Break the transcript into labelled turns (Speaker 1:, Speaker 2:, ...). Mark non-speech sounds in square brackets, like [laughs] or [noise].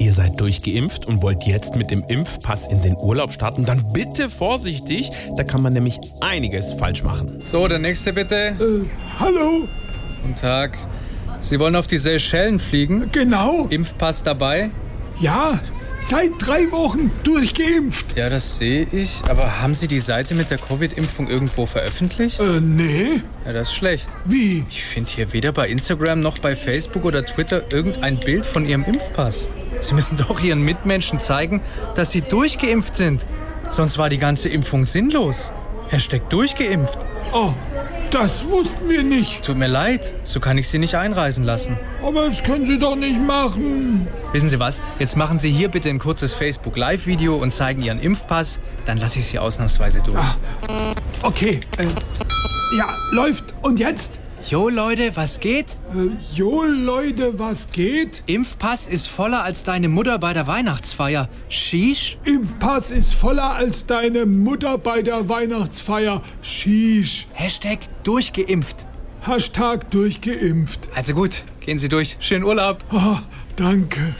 Speaker 1: ihr seid durchgeimpft und wollt jetzt mit dem Impfpass in den Urlaub starten, dann bitte vorsichtig, da kann man nämlich einiges falsch machen.
Speaker 2: So, der nächste bitte.
Speaker 3: Hallo,
Speaker 2: Guten Tag. Sie wollen auf die Seychellen fliegen?
Speaker 3: genau.
Speaker 2: Impfpass dabei?
Speaker 3: Ja, seit drei Wochen durchgeimpft.
Speaker 2: Ja, das sehe ich. Aber haben Sie die Seite mit der Covid-Impfung irgendwo veröffentlicht?
Speaker 3: Äh, nee,
Speaker 2: Ja, das ist schlecht.
Speaker 3: wie?
Speaker 2: Ich finde hier weder bei Instagram noch bei Facebook oder Twitter irgendein Bild von Ihrem Impfpass. Sie müssen [laughs] doch Ihren Mitmenschen zeigen, dass Sie durchgeimpft sind. Sonst war die ganze Impfung sinnlos. Hashtag durchgeimpft.
Speaker 3: Oh, das wussten wir nicht.
Speaker 2: Tut mir leid, so kann ich Sie nicht einreisen lassen.
Speaker 3: Aber das können Sie doch nicht machen.
Speaker 2: Wissen Sie was? Jetzt machen Sie hier bitte ein kurzes Facebook-Live-Video und zeigen Ihren Impfpass. Dann lasse ich Sie ausnahmsweise durch.
Speaker 3: Okay, äh, ja, läuft. Und jetzt?
Speaker 2: Jo, Leute, was geht?
Speaker 3: Äh, jo, Leute, was geht?
Speaker 2: Impfpass ist voller als deine Mutter bei der Weihnachtsfeier. Sheesh?
Speaker 3: Impfpass ist voller als deine Mutter bei der Weihnachtsfeier. Sheesh.
Speaker 2: Hashtag durchgeimpft.
Speaker 3: Hashtag durchgeimpft.
Speaker 2: Also gut, gehen Sie durch. Schönen Urlaub.
Speaker 3: Ah, danke.